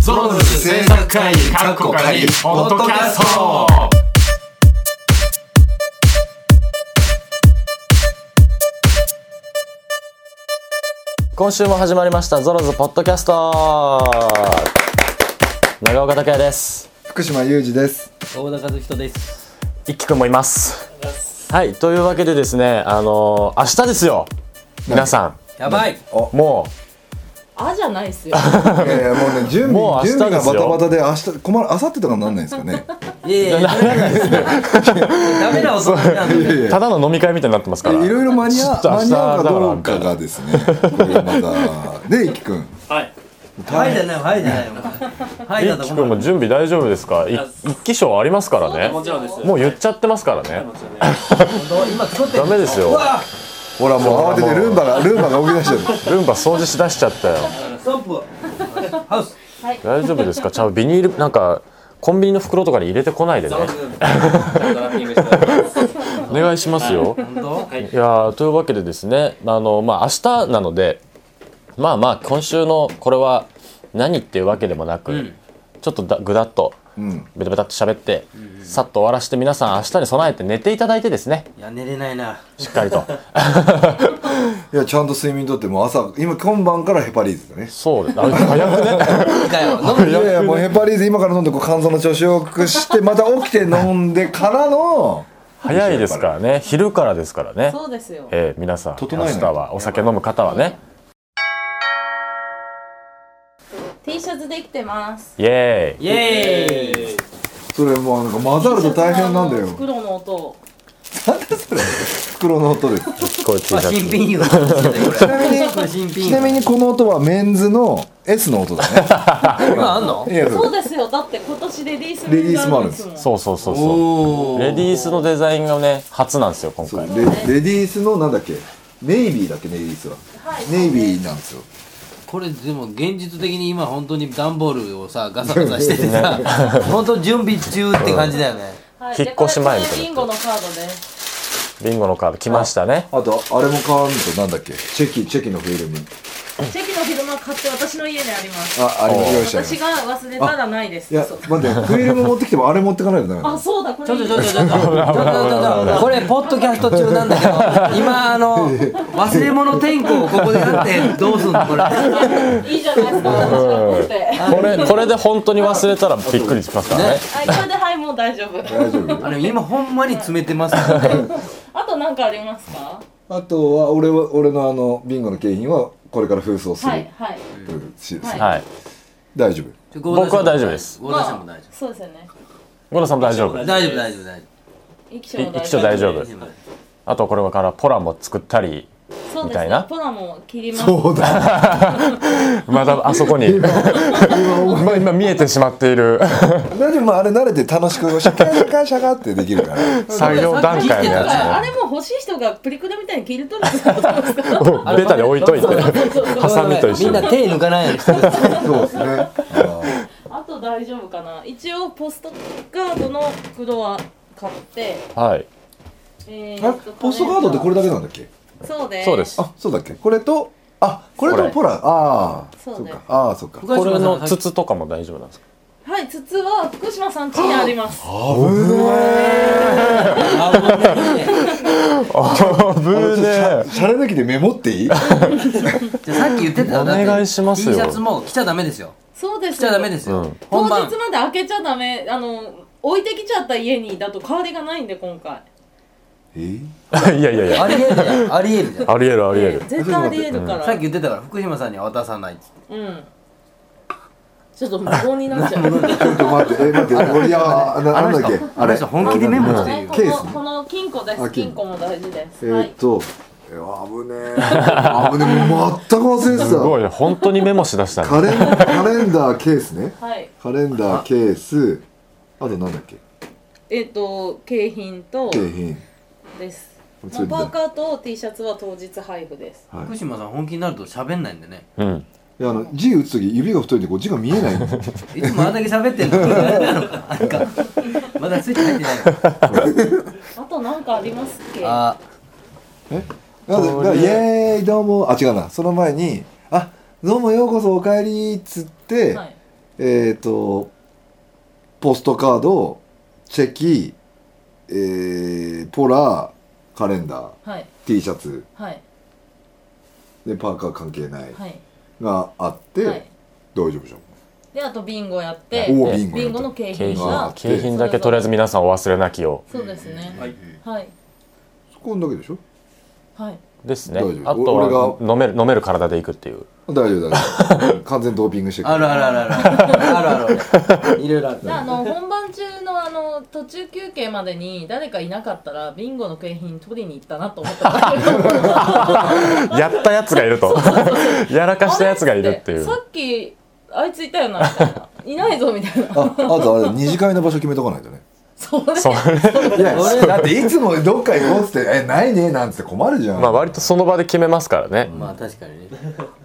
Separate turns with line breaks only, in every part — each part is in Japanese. ゾーンズ制作会議かっこかりポッドキャスト
今週も始まりましたゾロズポッドキャスト長岡拓也です
福島雄二 です。
大田和人です。
一輝くんもいますはいというわけでですねあのー、明日ですよ皆さ
やばい。
んも
あじゃない っすよ。
いやいやもうね準備
もう明日
準備が
です
バ
よ
タバタで明日困る明後日とかになんないんですか ね。
いやいや、ダメなんですよ。ダメな男なん
いや
で。
いうや
ただの飲み会みたいになってますから
いろいろ間に合
ちょっと明
間
日
に合うかどうかがですね。これまたで一輝くん。
はいじゃないよ、はいじゃないよ。お前はいだ
一
と思
輝く
う。
んも準備大丈夫ですかい一輝賞ありますからねもちろんですもう言っちゃってますからね
今作って
ダメです
う
よ
わ
ほらもう慌ててルンバがルンバが起き出してる。
ルンバ掃除しだしちゃったよ
ストップハウス
大丈夫ですかちゃんとビニールなんかコンビニの袋とかに入れてこないでねお願いしますよ
本当
いやーというわけでですねあのまあ明日なのでまあまあ今週のこれは何っていうわけでもなく、ちょっとだぐだっと
うん。
ベタベタっと喋って、さっと終わらして皆さん明日に備えて寝ていただいてです ね
いや、寝れないな。
しっかりと
いやちゃんと睡眠とってもう朝今今晩からヘパリーズだね。
そうですあ早くね
いいかよ。飲
いやいやもうヘパリーズ今から飲んでこう肝臓の調子を良くしてまた起きて飲んでからの
早いですからね昼からですからね、
そうですよ。
えー皆さん明
整えない
日はお酒飲む方はね
T シャツできてます。
イエーイ
イエーイ。
それもうなんか混ざると大変なんだよ
T シャツのあの。袋の音。
袋の音 です。
こういう T シ
ま
ャ
あ、
ツ
新品よ。これこれ新
ちなみ
品。
にこの音はメンズの S の音だね。
今あん の
いや
そうですよ。だって今年レディース
レディースもあるんです
も
そうそうそうそう
お
レディースのデザインがね初なんですよ今
そ
回
うレレディースのなんだっけネイビーだっけネイビースは、
はい
ネイビーなんですよ
これでも現実的に今本当に段ボールをさガサガサしてて さ本当準備中って感じだよね
はい
引っ越し前みたいな
でこれビンゴのカードです。
ビンゴのカード来ましたね
あとあれも変わるとなんだっけチェキチェキのフィルム
チェキのフィルムは買って私の家にあります。
ああれも用意したよ
私が忘れたらないです。
いや
そう
待ってフィルム持ってきてもあれ持ってかないとダメ
あ、
だ
そうだこれ。
ちょっとちょっとちょっとちょっとちょっとちょっとこれポッドキャスト中なんだけど今あの忘れ物転校をここでやってどうすんのこれ
いい じゃないですか。私が 持って。
これこれで本当に忘れたらびっくりしますからね
はい、これではいもう大丈夫。
大丈夫
あの今ほんまに詰めてますからね
あとなんかありますか。
あとは俺は俺のあのビンゴの景品はこれから封装する、
はいはい。
というし
はい
はい
大丈夫
僕は大丈夫です
ゴーダさんも大丈
そうですよね。
五郎さんも大丈夫
夫大丈夫大丈夫大丈
一気
い一緒大丈夫
夫
あとこれからポラも作ったり
そう
み
で
た
す
いな
ね。ポラも切ります。
そうだ
またあ そこに今今見えてしまっている
大丈夫まああれ慣れて楽しくシャカシャカシャカってできるから
作業段階の
だから
や
あれも欲しい人がプリクラみたいに切り取るんですよ
つねベタで置いといてハサミと一緒
みん
に
な手抜かないようにしてる
そうですねあー
あと大丈夫かな一応ポストカードの袋は買って
はい
え
あれポストカードってこれだけなんだっけ
れそうです
そうです
あそうだっけこれとあこれ
これ
とポラああ
そう
そう
ね
かああそうか
これの筒とかも大丈夫なんですか
はい筒は福島さん家にあります
あぶね
シャレ抜きでメモっていい
じゃあさっき言ってた
お願いしますよ
T シャツも着ちゃダメですよ
そうです
着ちゃダメです
う
よ
ん
当
本
日
番
まで開けちゃダメあの置いてきちゃった家にだと代わりがないんで今回
え
えいやいやいや
ありえるじゃんありえるじゃん
ありえるありえる
ええ絶対ありえるから
さっき言ってたから福島さんには渡さないっつって
うんちょっと無言になっちゃう
ちょっと待ってえ待って俺いやあななんだっけあ
あの
れ
人本気でメモしてる
はい
よ
こ
ケー
の
ス
この金庫で
あ
す
金
金
庫
庫も大事です
え
は
ー
い
っとえ危ねえ危ねえもう全く忘れて
すご
た
いね本当にメモしだしたね
カレンカレンダーケースね
はい
カレンダーケースあとなんだっけ
えっ、と景品と
景品
です、
これ全
まあ、
部だ
パーカーと T シャツは当日配布です
はい
福島さん本気になると喋んないんでね
うん
いやあの字打つ時指が太いんでこう字が見えないんですよ
いつもあんだけ喋ってんのにあれなのかなんかまだスイッチ入ってないの
あと何かありますっけ
あ
なのでだからイエーイどうもあ違うなその前にあどうもようこそお帰りっつって
はい
えっ、とポストカードチェキ、えーポラーカレンダー
はい。
T シャツ
はい。
でパーカー関係ない
はい。
があって、
はい
大丈夫じゃん
で、あとビンゴやって、
おお
で
ビンゴ
ビンゴの景
景
品
品
が
あ、
景品だけとりあえず皆さんお忘れなきよ
そうですね。
はい
はい。
そこんだけでしょ
はい。
うですね
大丈夫
あと
お
は
俺
飲める飲める体でいくっていう
大丈夫大 丈夫完全ドーピングしてく
あるあるあるあるあるあるいろいろあっ
で
た
あの本番中のあの途中休憩までに誰かいなかったらビンゴの景品取りに行ったなと思ったんだけど
やったやつがいるとやらかしたやつがいるってい
あれ
う
さっきあいついたよなみたいないないぞみたい
あ
な
あとあれ二次会の場所決めとかないとね
そうね
そう
いや
俺
だっていつもどっか行こうっつって「えないね」なんつって困るじゃん、
まあ割とその場で決めますからね、
まあ確かにね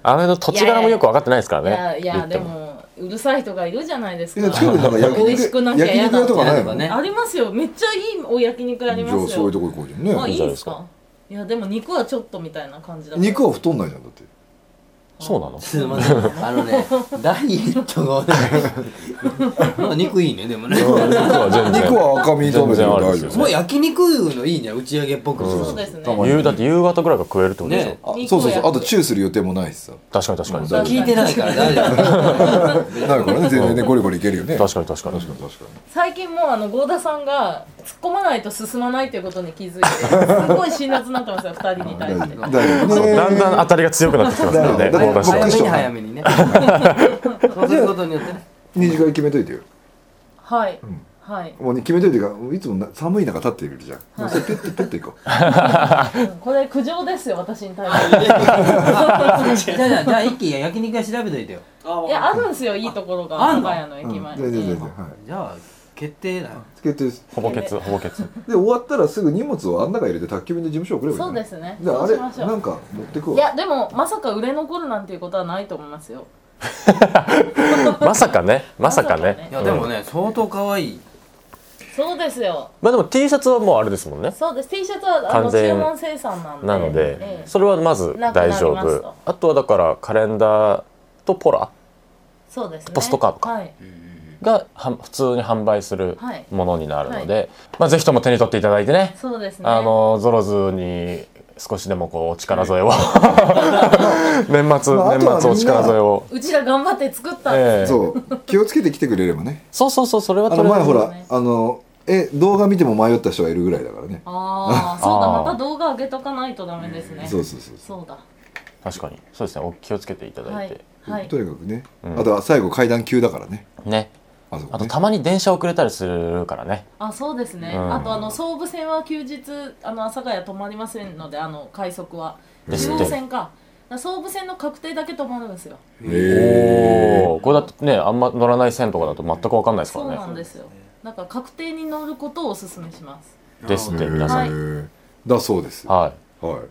あの辺の土地柄もよく分かってないですから
い
ね
やい
言
や
って
でもうるさい人がいるじゃないです
いや
か
近くになんか焼
美味し
肉
くなきゃ
焼
嫌
肉
だ
屋とかない
とか
の
ね
ありますよめっちゃいいお焼肉あり
じ
ま
ゃあ
す
そうい
よ
うとこ行こうじゃんね
あいいんす
い
かいやでも肉はちょっとみたいな感じだから
肉は太んないじゃんだって
そうなの
すいませんあのねダイエットがねまあ肉いいねでもね
全然
肉は赤身食べても大丈
全然あれです
夫
よ
もう焼肉のいいね打ち上げっぽく
そうですね
たまに
夕だって夕方ぐらいが食えるってことでしょ、
ね
あ
肉
そうそうそう
を
あとチューする予定もないしさ
確かに確かに、
うん
聞いてないから大丈
ないからね全然ねゴリゴリいけるよね
確かに確かに
確かに確か
最近もうあの郷田さんが突っ込まないと進まないということに気づい てすごい辛辣になってますよ二人に対
に
して
大丈夫
そう
ね
だんだん当たりが強くなってきてますからね
だ
合
よ
夫
田さん
だ
早め
よ僕
に
と
早めにねそうすることによってね
二次会決めといてよ
はい、はい、
もうね決めといていうかいつもな寒い中立っているじゃんもうそれペッてペッて行こう
これ苦情ですよ私に 対して
じゃあじゃあじゃあ一気に焼肉屋調べといてよ
いやあるんですよいいところが
ああん
我
の
が家の駅前
うん全然全然
うん
は
じゃあ決定だよ
いつけて
ほぼケツほぼケツ
で終わったらすぐ荷物をあん中入れて宅急便で事務所送ればいい
そうですすね
じゃああ
そう
れ
しましょ
な
うん
か持ってく
い
わ
やでもまさか売れ残るなんていうことはないと思いますよ
まさかねまさかね
まさかね
いやでもね相当可愛い
そうですよ
まあでも T シャツはもうあれですもんね
そうです T シャツはあ
完
の
全
注文生産なんで
なので、
ええ
それはまず大丈
なくなりますと
夫あとはだからカレンダーとポラ
そうですね
ポストカードか
はい
がは普通に販売する
はい
ものになるので、まあ、ぜひとも手に取っていただいてね
そうですね
あのゾロズに少しでもこうお力添えを 年末、
まああとは
年末お力添えを、
うちら頑張って作ったんです
ええそう
そう気をつけて来てくれれば ね
そうそうそれは
あの
とりあ
前
え
ほ
ず
らあのえ動画見ても迷った人がいるぐらいだからね
ああそうだ
あー
また動画上げとかないとダメですね
そうそうそうそ
そうだ
確かにそうですねお気をつけていただ
はいい
て、
は
う
い
とにかくね
ん
あとは最後階段急だからね
ね
あそこ
あと
ね
たまに電車遅れたりするからね
あそうですね
うん
あとあの総武線は休日あの阿佐ヶ谷止まりませんのであの快速は
です
中
って
央線かだから総武線の確定だけ止まるんですよ
おおこれだってねあんま乗らない線とかだと全く分かんないですか
そうな
ら
ん
ね
ですよだから確定に乗ることをお勧めします
ですって
へー
皆さん
い
だそうですは
はい
い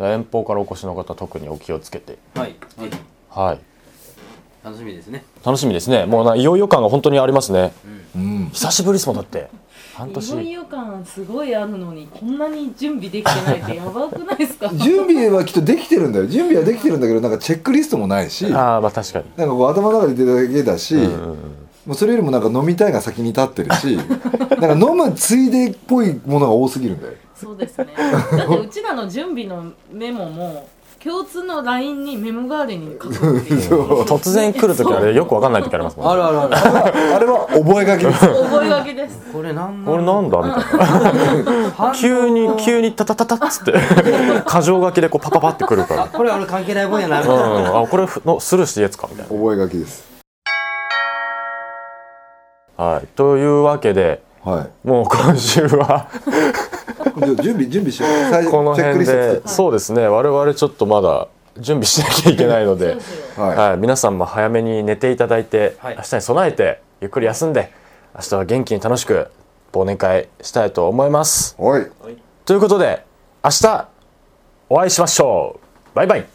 遠方からお越しの方特にお気をつけて
はいぜひ
はい
楽しみですね
楽しみですねもうないよいよ感が本当にありますね
うん
久しぶりですもんだって半
いよい
年
よ感すごいあるのにこんなに準備できてないってやばくないです か
準備はきっとできてるんだよ準備はできてるんだけどなんかチェックリストもないしなんか
ああまあ確かに
こう頭の中で言ってるだけだし
うんうんうん
もうそれよりもなんか飲みたいが先に立ってる しなんか飲むついでっぽいものが多すぎるんだよ
そうですねだってうちらの準備のメモも共通の LINE にメモ代わりに書 くっていう
突然来る時はねよく分かんない時ありますも
あ
んね
るあるある
あれは覚え書きです
覚え書きです
これなん
これなんだみたいな
反応
急に急にタタタタっつって 箇条書きでこうパパパってくるから
これ俺関係ないもんやなみ
う
たいなん
あこれふのスルーしていいやつかみたい な
覚え書きです
はいというわけで
はい
もう今週 は
じゃあ準備準備しよう最初
この
チェック
辺
リスト
でそうですね我々ちょっとまだ準備しなきゃいけないの
そう
で
ですよ
作っては
はい、皆さんも早めに寝ていただいて、
はい
明日に備えてゆっくり休んで明日は元気に楽しく忘年会したいと思います
いはい
ということで明日お会いしましょうバイバイ